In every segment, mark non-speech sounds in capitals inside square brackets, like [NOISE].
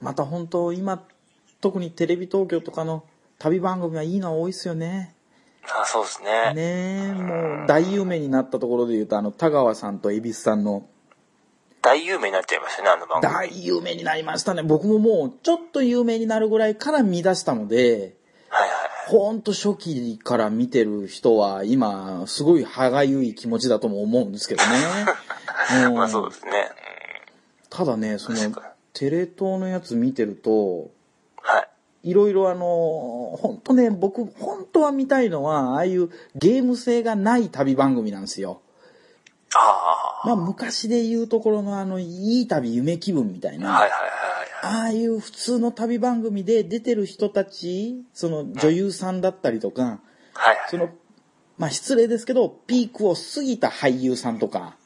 また本当今特にテレビ東京とかの旅番組はいいのは多いっすよねあそうですねねえもう大有名になったところで言うとあの田川さんと蛭子さんの大有名になっちゃいましたねあの番組大有名になりましたね僕ももうちょっと有名になるぐらいから見出したのではいはいほんと初期から見てる人は今すごい歯がゆい気持ちだとも思うんですけど [LAUGHS] ね、うんまあそうですね、ただねその確かにテレ東のやつ見てるとうん、はいいろいろあの本当ね僕本当は見たいのはああいうゲーム性がない旅番組なんですよあまあ昔で言うところのあのいい旅夢気分みたいあな、はいはいはいああいう普通の旅番組で出てる人たち、その女優さんだったりとか、はいはいその、まあ失礼ですけど、ピークを過ぎた俳優さんとか、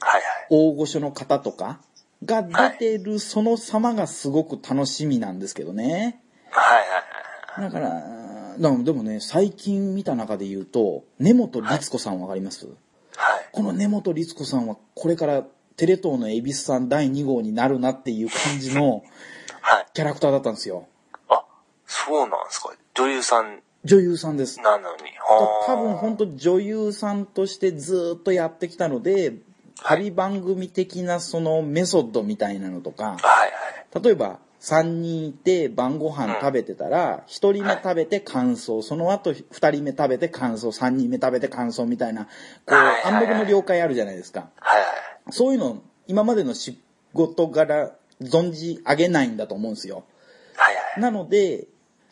はい大御所の方とかが出てるその様がすごく楽しみなんですけどね。はいはいはいはいだから、でもでもね、最近見た中で言うと、根本律子さんわかります、はいこの根本律子さんはこれからテレ東の恵比寿さん第2号になるなっていう感じ [LAUGHS] のはいキャラクターだったんですよ。あそうなんですか女優さん女優さんです。なのに多分本当女優さんとしてずっとやってきたので、旅番組的なそのメソッドみたいなのとか、はい例えば3人いて晩ご飯食べてたら、1人目食べて感想、その後2人目食べて感想、3人目食べて感想みたいな、こうはいはいはい暗黙の了解あるじゃないですか。はいはいそういうの、今までの仕事柄、存じ上げないんだと思うんですよ。はいはいなので、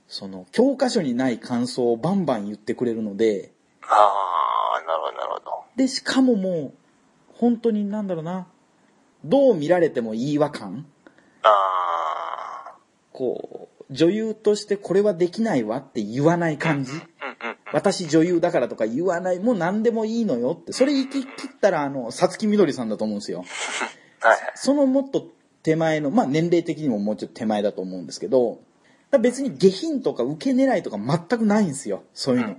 その、教科書にない感想をバンバン言ってくれるので、ああなるほどなるほどで、しかももう、本当になんだろうな、どう見られてもいい和感あこう、女優としてこれはできないわって言わない感じあうんうん私女優だからとか言わない、もう何でもいいのよって、それ言い切ったらあの、さつきみどりさんだと思うんですよ。はいそのもっと手前の、まあ年齢的にももうちょっと手前だと思うんですけど、だから別に下品とか受け狙いとか全くないんですよ、そういうの。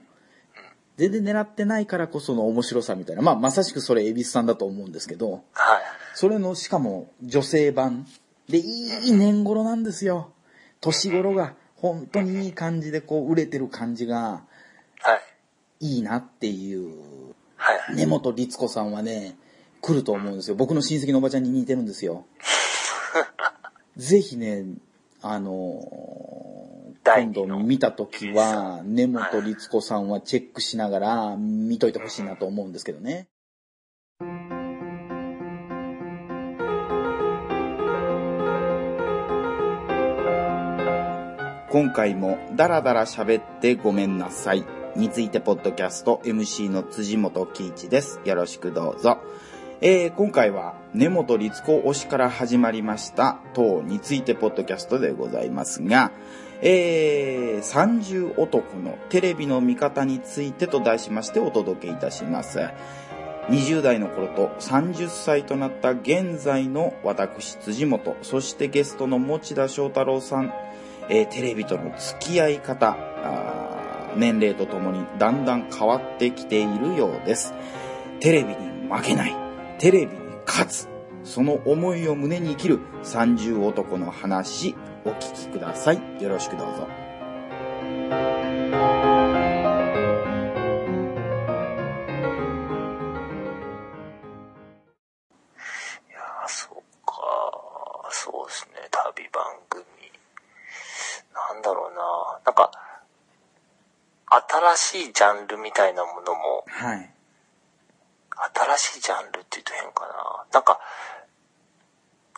全然狙ってないからこその面白さみたいな。まあまさしくそれ、エビスさんだと思うんですけど、はいそれのしかも女性版でいい年頃なんですよ年頃が本当にいい感じでこう売れてる感じがはいいいなっていうはいはい根本律子さんはね来ると思うんですよ僕の親戚のおばちゃんに似てるんですよぜひねあのー第今二度の見た時は根本律子さんはチェックしながら見といてほしいなと思うんですけどね今回もダラダラ喋ってごめんなさいについてポッドキャスト MC の辻元喜一ですよろしくどうぞ、えー今回は根本律子推しから始まりました等についてポッドキャストでございますがえー、30男のテレビの見方についてと題しましてお届けいたします。20代の頃と30歳となった現在の私辻元そしてゲストの持田翔太郎さん、えーテレビとの付き合い方あー年齢とともにだんだん変わってきているようですテレビに負けないテレビに勝つその思いを胸に生きる30男の話お聞きくださいよろしくどうぞあそうかそうですね旅番組なんだろうななんか新しいジャンルみたいなものもはい新しいジャンルって言うと変かななんか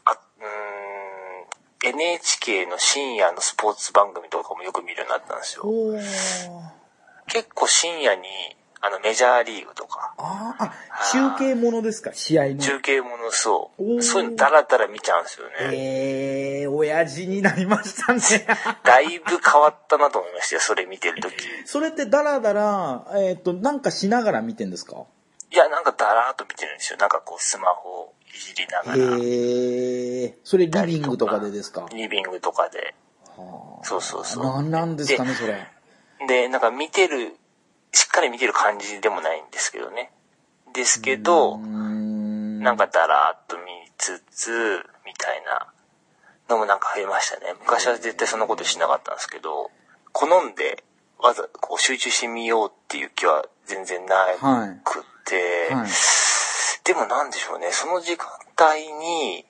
あうーん NHK の深夜のスポーツ番組とかもよく見るようになったんですよおー結構深夜にあのメジャーリーグとかあーあ中継ものですか試合の中継ものそおーうそういうのダラダラ見ちゃうんですよね、ええー、親父になりました [LAUGHS] ね。だいぶ変わったなと思いましたよ、それ見てるとき。いそれってダラダラ、えっ、と、なんかしながら見てんですかや、なんかだらーっと見てるんですよ。なんかこう、スマホをいじりながら、ええー、それリビングとかでですかリビングとかで。そうそうそなんなんですかね、それ。う。で、なんか見てる、しっかり見てる感じでもないんですけどね。ですけうどー、ん。なんかだらーっと見つつ、みたいなのもなんか増えましたね。昔は絶対そんなことしなかったんですけど、好んで、わざ、こう集中してみようっていう気は全然なはい。くて、はい。でもなんでしょうね、その時間帯に、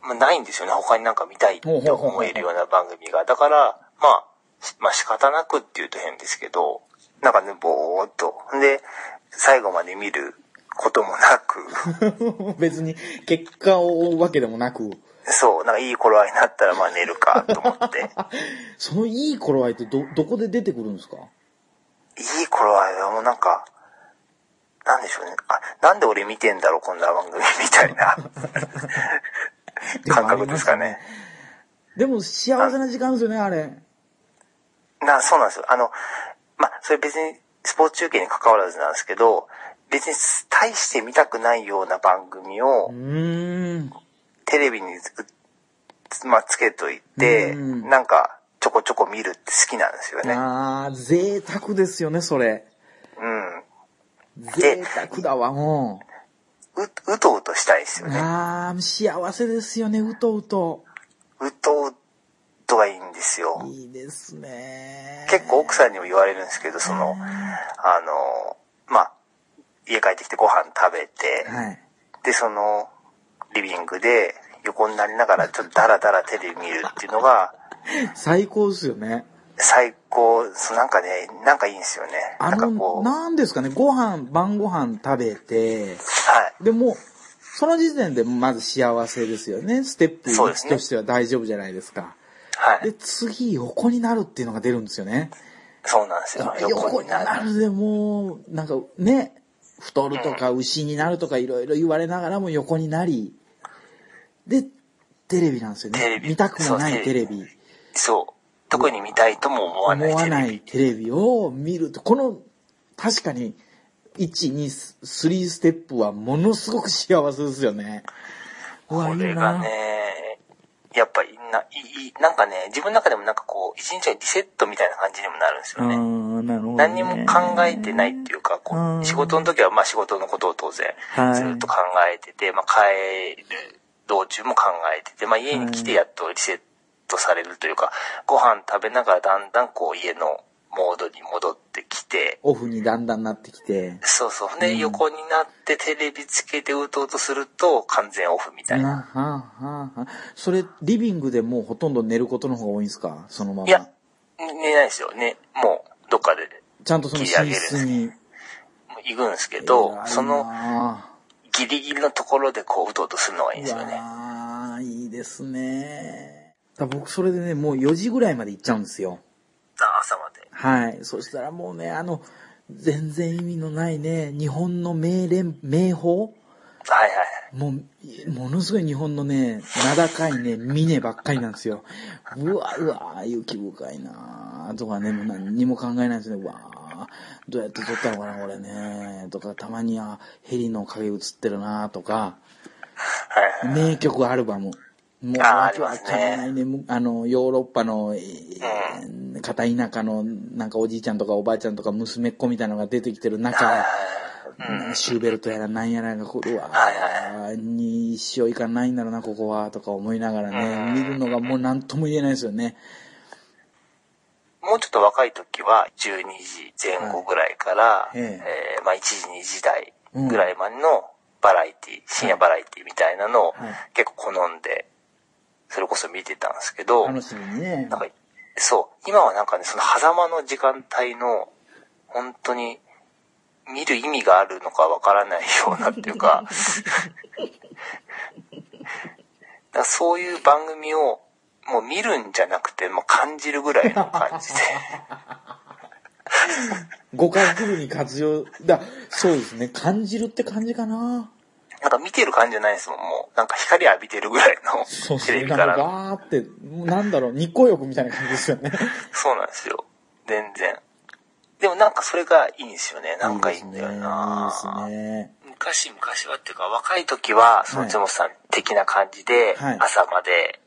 まあ、ないんですよね、他になんか見たいって思えるような番組が。だから、まあ、しまあ仕方なくって言うと変ですけど、なんかね、ぼーっと。で、最後まで見ることもなく、 [LAUGHS] [LAUGHS] 別に結果を追うわけでもなく、そう、なんかいい頃合いになったらまあ寝るかと思って。 [LAUGHS] そのいい頃合いってど、どこで出てくるんですかいい頃合いはもうなんか、なんでしょうね。あ、なんで俺見てんだろう、こんな番組みたい [LAUGHS] な感覚ですかね。でも幸せな時間ですよね、あれ。な、そうなんですよ。あの、まあ、それ別にスポーツ中継に関わらずなんですけど、別に大して見たくないような番組うをーん。テレビにつ、まあ、つけといて、うんなんかちょこちょこ見るって好きなんですよね。あー、贅沢ですよね、それ。うん。贅沢だわ、もう、うとうとしたいですう。よね。あー、幸せですよね、うとうと。うとうとがいいんですよ。いいですね。結構奥さんにも言われるんですけど、その、あの、まあ、家帰ってきてご飯食べて、はい。で、その、リビングで横になりながらちょっとダラダラテレビ見るっていうのが、最高ですよね。最高、そうなんかね、なんかいいんですよね。なあんかの、こう、はなんですかね、ご飯、晩ご飯食べて、でも、その時点でまず幸せですよね。ステップそうです1ねとしては大丈夫じゃないですか。い、はで、い。次、横になるっていうのが出るんですよね。そうなんですよ。横になるでもう、なんかね、太るとか牛になるとかいろいろ言われながらも横になり、で、テレビなんですよテねレ。ビ見たくもなそいうテレビ。そう。特に見たいとも思わない思わテレなビ。いテレビを見ると、この、確かに、1、2、3ステップはものすごく幸せですよね。うわ、こいいれがな。ね、やっぱりな、いい、なんかね、自分の中でもなんかこう、一日のリセットみたいな感じにもなるんですうよね。ん、なるほど、ね。何にも考えてないっていうか、うこんう、仕事の時はまあ仕事のことを当然はい、ずっと考えてて、まあ帰る道中も考えてて、まあ家に来てやっとリセットされるというか、ご飯食べながらだんだんこう家のモードに戻ってきて、オフにだんだんなってきて。そうそう。で、横になってテレビつけてうとうとすると完全オフみたいな。あはあはあそれ、リビングでもうほとんど寝ることの方が多いんですかそのまま。いや、寝ないですよね。もう、どっかでちゃんとその寝室に。もう行くんですけど、偉いなあその、ギリギリのところでこう、うとうとするのがいいんですようね。わあいいですね。だから僕それでね、もう4時ぐらいまで行っちゃうんですよ。朝まで。はい。そしたらもうね、あの、全然意味のないね、日本の名連、名宝はいはい。もう、ものすごい日本のね、名高いね、峰ばっかりなんですよ。うわうわ、雪深いなあとかね、もう何にも考えないんですね。うわあどうやって撮ったのかな、これね。とか、たまにはヘリの影映ってるなあとか、はいはい。名曲アルバム。もう、あわーけわかんないね。むあの、ヨーロッパの、えー片田舎の、なんかおじいちゃんとかおばあちゃんとか娘っ子みたいなのが出てきてる中、シューベルトやらなんやらが、こううわーに一生いかないんだろうな、ここは、とか思いながらね、見るのがもう何とも言えないですよね。もうちょっと若い時は、12時前後ぐらいから、いええーまあ1時、2時台ぐらいまでのバラエティ、深夜バラエティみたいなのをはい結構好んで、それこそ見てたんですけど、楽しみにねな。んか、そう、今はなんかね、その狭間の時間帯の、本当に、見る意味があるのかわからないようなっていうか、だからそういう番組を、もう見るんじゃなくて、もう感じるぐらいの感 [LAUGHS] じで。五感フルに活用、だ、そうですね、感じるって感じかな。なんか見てる感じじゃないですもん、もう。なんか光浴びてるぐらいそうでのすテレね、ビなんかからの。ガーって、もうなんだろう、日光浴みたいな感じですよね。そうなんですよ。全然。でもなんかそれがいいんですよね。なんかいいんだよいいなですね。昔昔はっていうか若い時は、そはのいつもさん的な感じで、はい朝まで、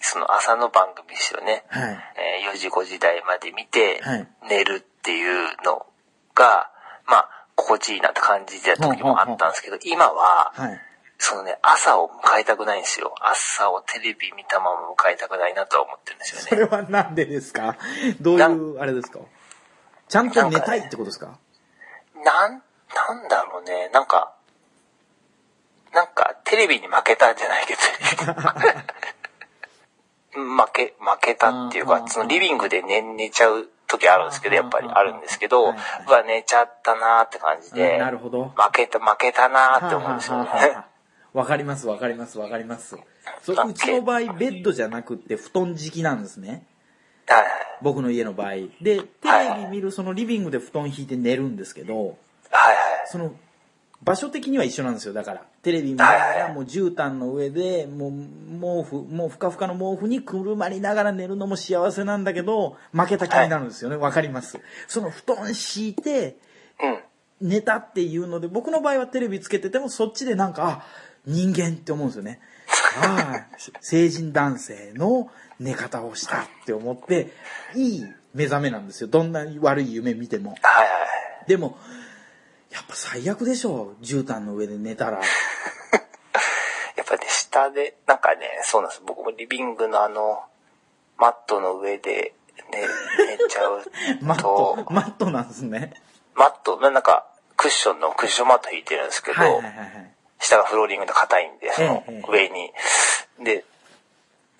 その朝の番組ですよね。はい。えー4時5時台まで見てはい、寝るっていうのが、まあ、心地いいなって感じだった時もあったんですけど、今は、はい。そのね、朝を迎えたくないんですよ。朝をテレビ見たまま迎えたくないなとは思ってるんですよねそ。れはなんでですかどういう、あれですかちゃんと寝たいってことですかなん、なんだろうね。なんか、なんか、テレビに負けたんじゃないけ [LAUGHS] ど、負け、負けたっていううんうんかう、んそのリビングで寝、寝ちゃう時あるんですけど、やっぱりあるんですけうど、うんうんうんうんわ、寝ちゃったなーって感じうでん、なるほど負けた、負けたなーって思うんですよはあはあはあはね。あわかります、わかります、わかります。そだっうけうちの場合、ベッドじゃなくて布団敷きなんですね。 [LAUGHS] はい。僕の家の場合。で、テはレビい見る、そのリビングで布団敷いて寝るんですけど、はいその、場所的には一緒なんですよ、だから。テレビ見ながら、もう絨毯の上で、もう毛布、もうふかふかの毛布にくるまりながら寝るのも幸せなんだけど、負けた気になるんですよね、わかります。その布団敷いて、はい。うん。寝たっていうので、僕の場合はテレビつけてても、そっちでなんか、あ、人間って思うんですよね。ああ、成人男性の寝方をしたって思って、いい目覚めなんですよ。どんな悪い夢見ても。はいはい。でも、やっぱ最悪でしょう。絨毯の上で寝たら。やっぱね、下で、なんかね、そうなんです。僕もリビングのあの、マットの上で、ね、寝ちゃうと、 [LAUGHS] マット、マットなんですね。マット、ななんか、クッションの、クッションマット引いてるんですけど、はいはいはいはい。下がフローリングで硬いんで、そのええ上に。で、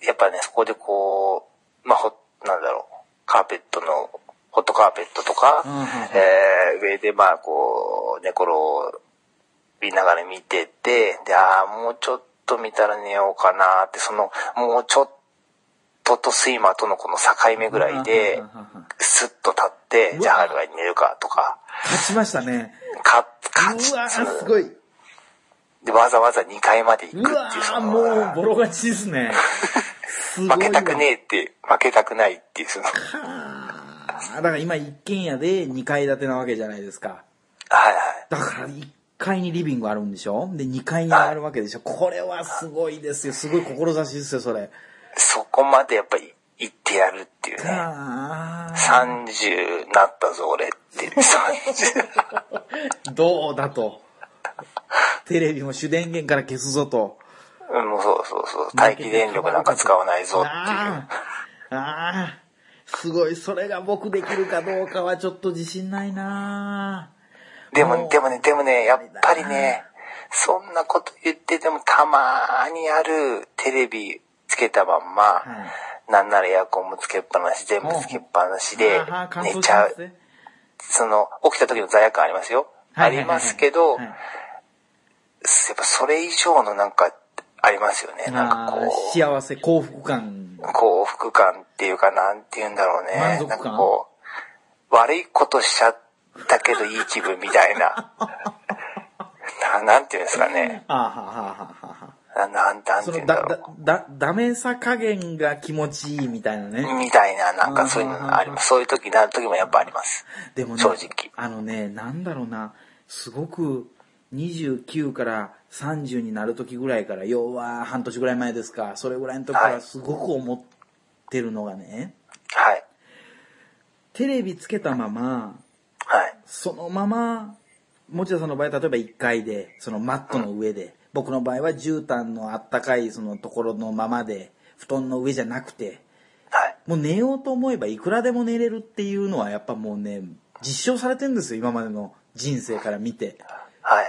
やっぱね、そこでこう、まあ、ほ、なんだろう、カーペットの、ホットカーペットとか、うんうんうんえー上でまあ、こう、寝転びながら見てて、で、ああ、もうちょっと見たら寝ようかなって、その、もうちょっとと睡魔とのこの境目ぐらいでうんうんうんうん、スッと立ってう、わじゃあ、ある間に寝るかとか、勝ちましたね。か、勝ちうわーそのすごい。で、わざわざ2階まで行くうってわいう、そーの、もうボロ勝ちです [LAUGHS] ね。すごいわ。負けたくねえって、負けたくないっていう、その、はい [LAUGHS] はあだから今一軒家で2階建てなわけじゃないですか。はい。だから1階にリビングあるんでしょで2階にあるわけでしょこれはすごいですよ。すごい志ですよ、それ。そこまでやっぱり行ってやるっていうね。あ30なったぞ、俺っていう。30あ、どうだと。テレビも主電源から消すぞと。うんもうそうそうそう。待機電力なんか使わないぞっていう。ああ、ああすごい。それが僕できるかどうかはちょっと自信ないなでもも、うでもね、でもね、やっぱりね、そんなこと言ってても、たまにあるテレビつけたまんま、なんならエアコンもつけっぱなし、全部つけっぱなしでああ、乾寝燥しちゃまうす。ね。その、起きた時の罪悪感ありますよ。ありますけはど、いはいはいはいやっぱそれ以上のなんか、ありますよね。なんかあこーう、幸せ、幸福感。幸福感っていうか、なんて言うんだろうね。満足感なんかこう、悪いことしちゃったけどいい気分みた [LAUGHS] いな。ななんて言うんですかね。あーはーはーはーはななんなーんてそ言うんのだだ、ろだ、だ、ダメさ加減が気持ちいいみたいなう。ね。みたいな、なんかそういうのあります。そういう時になる時もやっぱあります。でもね正直、あのね、なんだろうな、すごく29から30になる時ぐらいから、要は半年ぐらい前ですか、それぐらいの時かはらいすごく思ってるのがね、はい。テレビつけたまま、はい。そのまま、持田さんの場合、例えば1階で、そのマットの上で、僕の場合は絨毯のあったかいそのところのままで、布団の上じゃなくて、はい。もう寝ようと思えばいくらでも寝れるっていうのは、やっぱもうね、実証されてるんですよ、今までの人生から見て。はい。 [LAUGHS] はい。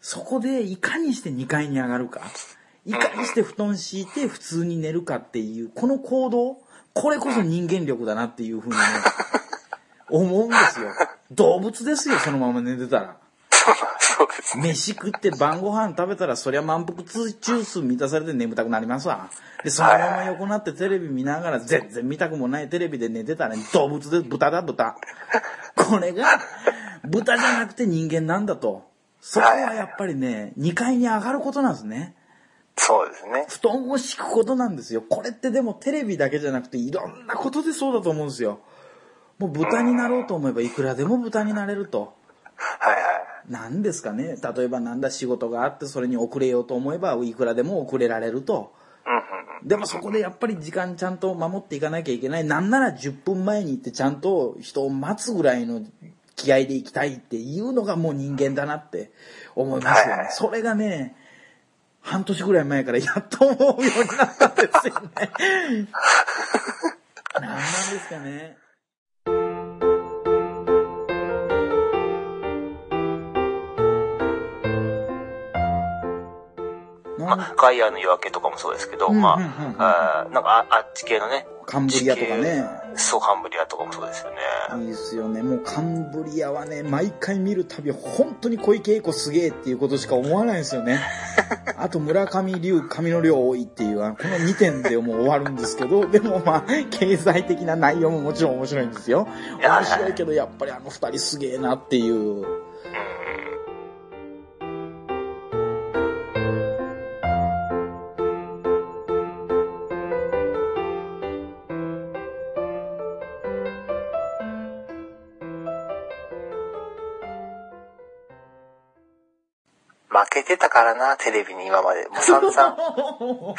そこで、いかにして2階に上がるか、いかにして布団敷いて普通に寝るかっていう、この行動、これこそ人間力だなっていうふうにね、思うんですよ。動物ですよ、そのまま寝てたら。そうそうですね。飯食って晩ご飯食べたらそりゃ満腹痛中枢満たされて眠たくなりますわ。で、そのまま横になってテレビ見ながら全然見たくもないテレビで寝てたら動物です。豚だ、豚。これが豚じゃなくて人間なんだと。そこはやっぱりね、2階に上がることなんですね。そうですね。布団を敷くことなんですよ。これってでもテレビだけじゃなくていろんなことでそうだと思うんですよ。もう豚になろうと思えばいくらでも豚になれると。はいはい。なんですかね例えばなんだ仕事があってそれに遅れようと思えばいくらでも遅れられるとうんうんでもそこでやっぱり時間ちゃんと守っていかなきゃいけないなんなら10分前に行ってちゃんと人を待つぐらいの気合で行きたいっていうのがもう人間だなって思いますよはいねはいそれがね半年ぐらい前からやっと思うようになったんですよね。 [LAUGHS] 何なんですかね。まあ、ガイアの夜明けとかもそうですけど、うんまうんうんうんあ、あーなんかああっち系のね、カンブリアとかね。そうカンブリアとかもそうですよね。いいっすよね。もうカンブリアはね、毎回見るたび、本当に小池栄子すげえっていうことしか思わないんですよ [LAUGHS] ね。あと村上龍、髪の量多いっていう、あのこの2点でもう終わるんですけど、でもまあ、経済的な内容ももちろん面白いんですよ。いや面白いけど、やっぱりあの2人すげえなっていう。うん。負けてたからな、テレビに今まで。もう散 [LAUGHS] 々、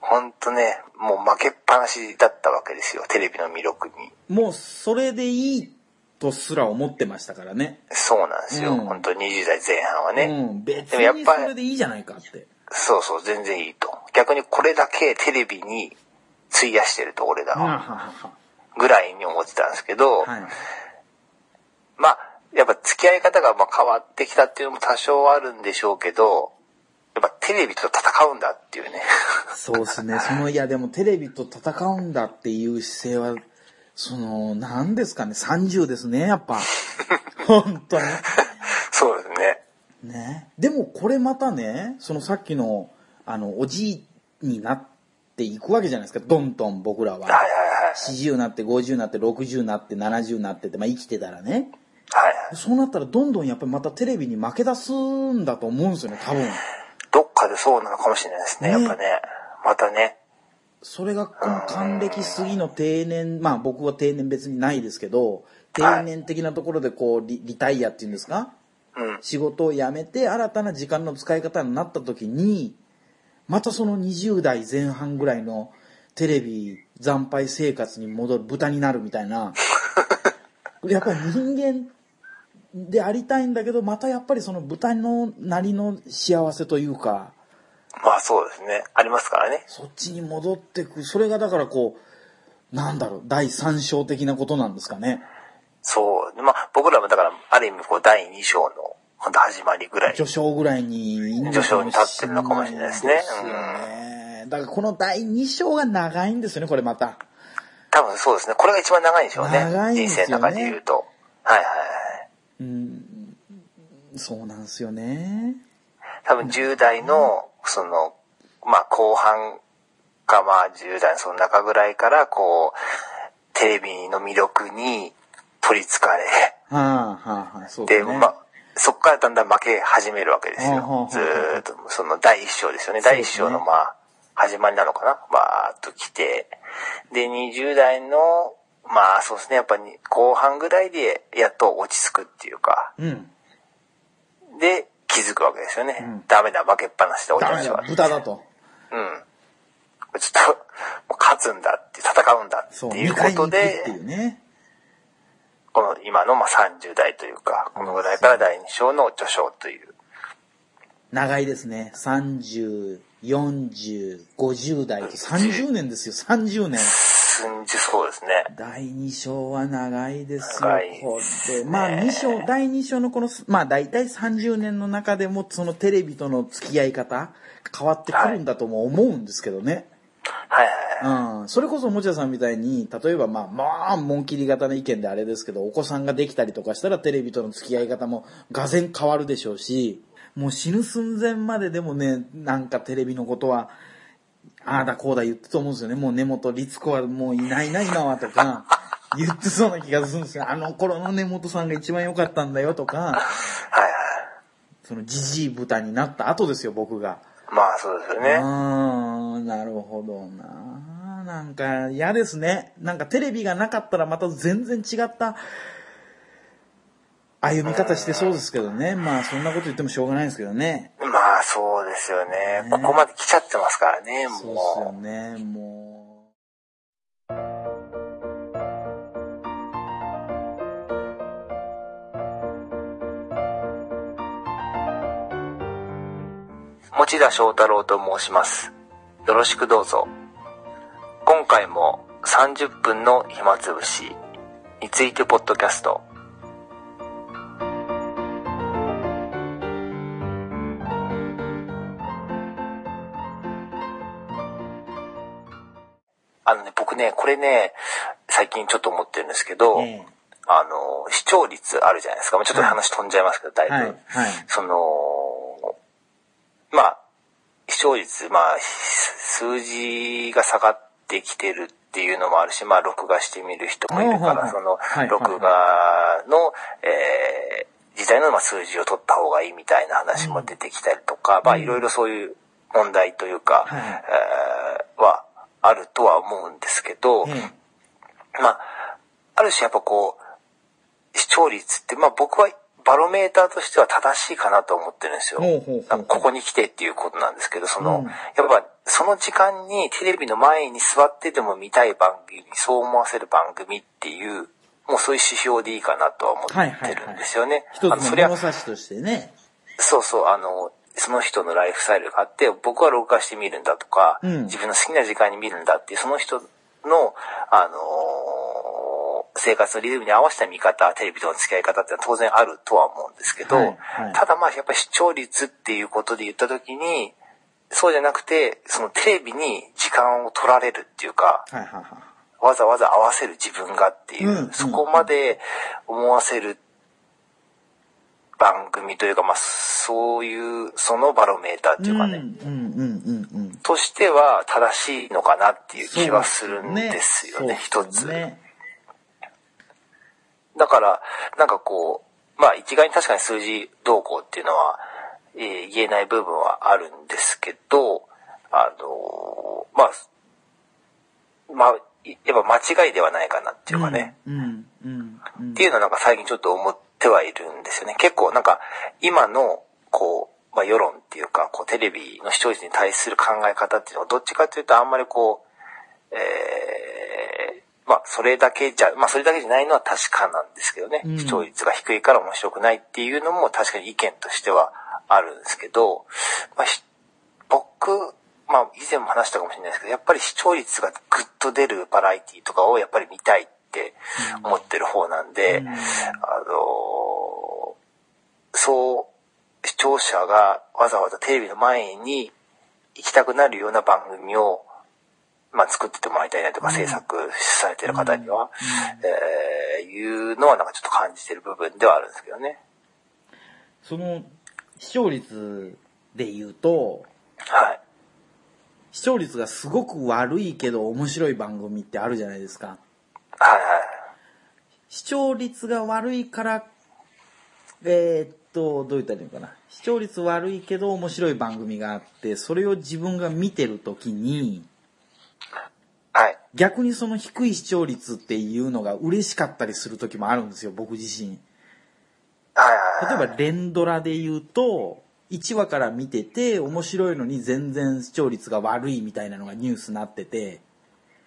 ほんとね、もう負けっぱなしだったわけですよ、テレビの魅力に。もうそれでいいとすら思ってましたからね。そうなんですよ、うんほんと20代前半はね。うん、別でもやっにそぱりれでいいじゃないかって。そうそう、全然いいと。逆にこれだけテレビに費やしてると、俺らはあはは、あはぐらいに思ってたんですけど、あはい。まあ、やっぱ付き合い方がまあ変わってきたっていうのも多少あるんでしょうけど、やっぱテレビと戦うんだって [LAUGHS] いうね。そうです [LAUGHS] ね。その、いやでもテレビと戦うんだっていう姿勢は、その、何ですかね。30ですね、やっ [LAUGHS] ぱ。本当そうですね。に。ね。でもこれまたね、そのさっきの、あの、おじいになっていくわけじゃないですか。どんどん僕らはいはは。いはい。 40になって、50になって、60になって、70になってって、まあ生きてたらね。はい。そうなったらどんどんやっぱりまたテレビに負け出すんだと思うんですよね、多分。どっかでそうなのかもしれないですね、やっぱね。またね。それがこの還暦過ぎの定年、まあ僕は定年別にないですけど、定年的なところでこうリリタイアっていうんですかうん。仕事を辞めて新たな時間の使い方になった時に、またその20代前半ぐらいのテレビ惨敗生活に戻る豚になるみたいな。やっぱり人間でありたいんだけど、またやっぱりその豚のなりの幸せというか、まあそうですね。ありますからね。そっちに戻ってく。それがだからこう、なんだろう、第三章的なことなんですかね。そう。まあ僕らもだから、ある意味こう第2章の、ほんと始まりぐらい。序章ぐらいにいいのかもしれない序章に立ってるのかもしれないですねですよねだからこの第2章が長いんですよね、これまた。多分そうですね。これが一番長いんでしょうね。長いんで人す生よねの中で言うと。はいはいはい。うん、そうなんですよね。多分10代の、その、まあ後半かまあ10代のその中ぐらいから、こう、テレビの魅力に取り憑かれ、はあ、はあ、はあ、そうでで、すね。まあ、そっからだんだん負け始めるわけですほうほうほよう。ずーっと、その第一章ですよね。第一章のまあ、始まりなのかなバーっと来て。で、20代の、まあそうですね、やっぱり後半ぐらいでやっと落ち着くっていうか、うん。で、気づくわけですよね。んダメだ、負けっぱなしだ、俺ダたメちだは、。豚だと。うん。ちょっと、もう勝つんだって、戦うんだそう、っていう2こ回に行とくっていで、うね。この今のまあ30代というか、このぐらいから第2章の序章という。長いですね。30、40、50代と30年ですよ、30年。すんじそうですね。第2章は長いですよ長いこでれ。まあ2章、第2章のこの、まあ大体30年の中でもそのテレビとの付き合い方変わってくるんだとも思うんですけどね。はいはいはい。うん。それこそもちゃさんみたいに、例えばまあ、まあ、紋切り型の意見であれですけど、お子さんができたりとかしたらテレビとの付き合い方もがぜん変わるでしょうし、もう死ぬ寸前まででもね、なんかテレビのことは、ああだこうだ言ってたと思うんですよね。もう根本律子はもういないな、今はとか、言ってそうな気がするんですよ。あの頃の根本さんが一番良かったんだよとか、はいはい。そのジジイ豚になった後ですよ、僕が。まあそうですようね。ーん、なるほどな。なんか嫌ですね。なんかテレビがなかったらまた全然違った歩み方してそうですけどね。まあそんなこと言ってもしょうがないですけどね。まあそうですよね。ここまで来ちゃってますからね、そうっすよもね、もう。も落田翔太郎と申します。よろしくどうぞ。今回も30分の暇つぶしについてポッドキャスト。あのね、僕ね、これね、最近ちょっと思ってるんですけど、えあの、視聴率あるじゃないですか。まあちょっと話飛んじゃいますけど、だいえぶ。はい、はい。その、まあ、視聴率、まあ、数字が下がってきてるっていうのもあるし、まあ、録画してみる人もいるかうんうんうんら、そのはい、録画の、えー、自体のまあ数字を取った方がいいみたいな話も出てきたりとか、まあ、いろいろそういう問題というか、はいえーは、あるとは思うんですけど、えまあ、ある種やっぱこう、視聴率って、まあ僕はバロメーターとしては正しいかなと思ってるんですよ。ほうほうほうここに来てっていうことなんですけど、その、うんやっぱその時間にテレビの前に座ってても見たい番組、そう思わせる番組っていう、もうそういう指標でいいかなとは思ってるんですよね。一つのあのそれは物差しとしてね。そうそう、あの、その人のライフスタイルがあって、僕は録画して見るんだとか、うん自分の好きな時間に見るんだっていう、その人の、あのー生活のリズムに合わせた見方、テレビとの付き合い方ってのは当然あるとは思うんですけど、はいはいただまあやっぱり視聴率っていうことで言った時に、そうじゃなくて、そのテレビに時間を取られるっていうか、はいはいはわざわざ合わせる自分がっていう、うんそこまで思わせる番組というか、まあ、そういう、そのバロメーターってい。いうかうね、んうんうんうんうん。としては正しいのかなっていう気はするんですよね、そう一ですつ。よねだから、なんかこう、まあ一概に確かに数字動向っていうのは、えー言えない部分はあるんですけど、あのーまあ、まあ、いやっぱ間違いではないかなっていうかね。うんうんうん。っていうのはなんか最近ちょっと思ってはいるんですよね。結構なんか今のこう、まあ世論っていうか、こうテレビの視聴率に対する考え方っていうのはどっちかというとあんまりこう、えー、まあそれだけじゃ、まあそれだけじゃないのは確かなんですけどね。うん視聴率が低いから面白くないっていうのも確かに意見としてはあるんですけど、まあ、ひ僕、まあ以前も話したかもしれないですけど、やっぱり視聴率がグッと出るバラエティとかをやっぱり見たいって思ってる方なんで、うんあのーそう、視聴者がわざわざテレビの前に行きたくなるような番組を、まあ、作っててもらいたいなとか、制作されてる方には、えーいうのはなんかちょっと感じてる部分ではあるんですけどね。その、視聴率で言うと、はい。視聴率がすごく悪いけど面白い番組ってあるじゃないですか。はいはい。視聴率が悪いから、えーっと、どう言ったらいいのかな。視聴率悪いけど面白い番組があって、それを自分が見てるときに、はい。逆にその低い視聴率っていうのが嬉しかったりするときもあるんですよ、僕自身。はいはい例はえい。ば連ドラで言うと、1話から見てて面白いのに全然視聴率が悪いみたいなのがニュースになってて、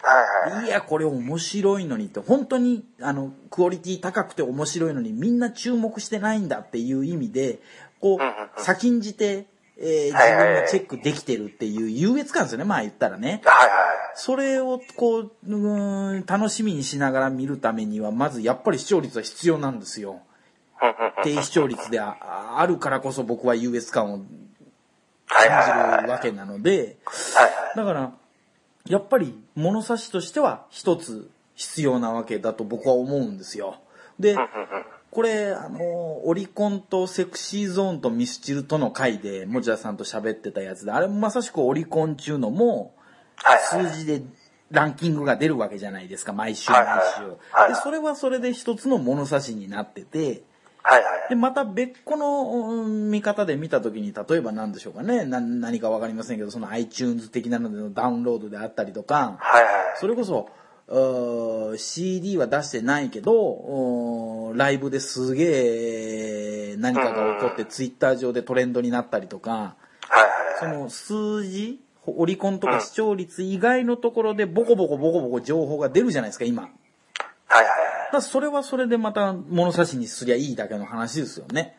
はいはい。いや、これ面白いのにって、本当に、あの、クオリティ高くて面白いのに、みんな注目してないんだっていう意味で、こうんうんうう、ん先んじて、えー自はいはいはい分がチェックできてるっていう優越感ですよね、まあ言ったらね。はいはい。それを、こう、うーん楽しみにしながら見るためには、まずやっぱり視聴率は必要なんですよ。うんうんうんはい低視聴率でああるからこそ僕は優越感をはいはいはい。感じるわけなので、はいはい。だから、やっぱり物差しとしては一つ必要なわけだと僕は思うんですよ。で、これ、あの、オリコンとセクシーゾーンとミスチルとの回で、もちらさんと喋ってたやつで、あれもまさしくオリコン中のも、はいはい。数字でランキングが出るわけじゃないですか、毎週毎週はいはいはい。で、それはそれで一つの物差しになってて、はいはい。で、また別個のうん見方で見たときに、例えば何でしょうかね、な何かわかりませんけど、その iTunes 的なのでのダウンロードであったりとか、はいはい。それこそ、うー CD は出してないけど、うーライブですげえ何かが起こって、Twitter 上でトレンドになったりとか、はいはいその数字、オリコンとか視聴率以外のところでボコボコボコボコ情報が出るじゃないですか、今。だかはいらそれはそれでまた物差しにすりゃいいだけの話ですよね。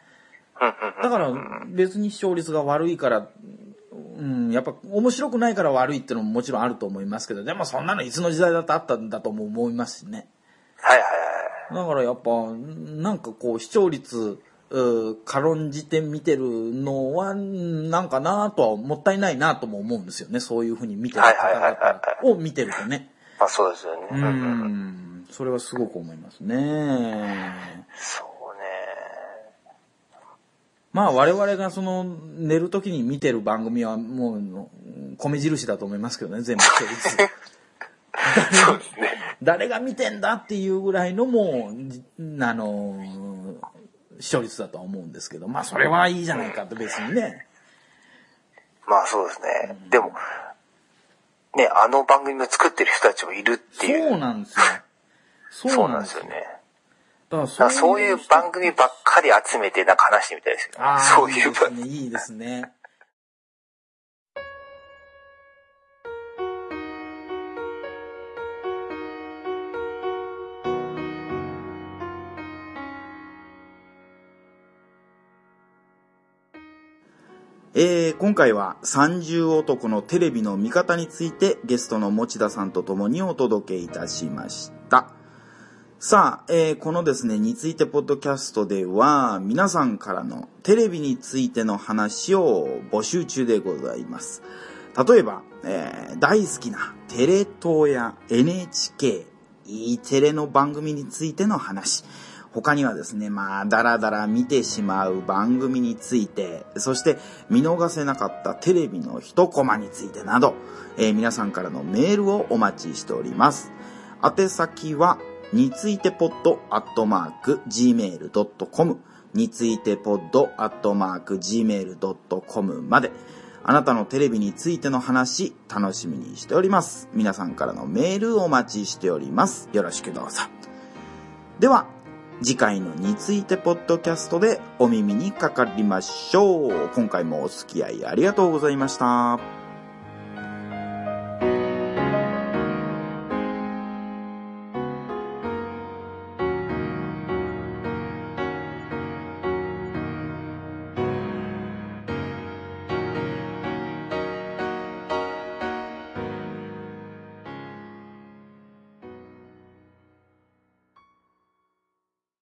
はい。うんうんうん。だから別に視聴率が悪いからうん、やっぱ面白くないから悪いってのももちろんあると思いますけど、でもそんなのいつの時代だってあったんだとも思いますしね。はいはいはい。だからやっぱ、なんかこう、視聴率、うー軽んじて見てるのは、なんかなとは、もったいないなとも思うんですよね。そういうふうに見てるはいはいはいは方々を見てるとね。まあそうですよね。ううんうんん、それはすごく思いますね。そうね。まあ我々がその寝る時に見てる番組はもう米印だと思いますけどね、全部一人ずつ [LAUGHS] そうですね。誰が見てんだっていうぐらいのもう、じあのー、視聴率だとは思うんですけど、まあそれはいいじゃないかと別にね。まあそうですね。でも、ね、あの番組を作ってる人たちもいるっていう。そうなんですよ。そうなんですよね。。だだかかららそういう番組ばっかり集めてなんか話してみたいですよああ、。そういうです番ね。いいですね。えー今回は30男のテレビの見方についてゲストの持田さんと共にお届けいたしました。さあ、えーこのですね、についてポッドキャストでは、皆さんからのテレビについての話を募集中でございます。例えば、えー大好きなテレ東や NHK、E テレの番組についての話。他にはですね、まあ、だらだら見てしまう番組について、そして見逃せなかったテレビの一コマについてなど、えー皆さんからのメールをお待ちしております。宛先は、についてポッドアットマーク gmail.com についてポッドアットマーク gmail.com まで、あなたのテレビについての話、楽しみにしております。皆さんからのメールお待ちしております。よろしくどうぞ。では、次回のについてポッドキャストでお耳にかかりましょう。今回もお付き合いありがとうございました。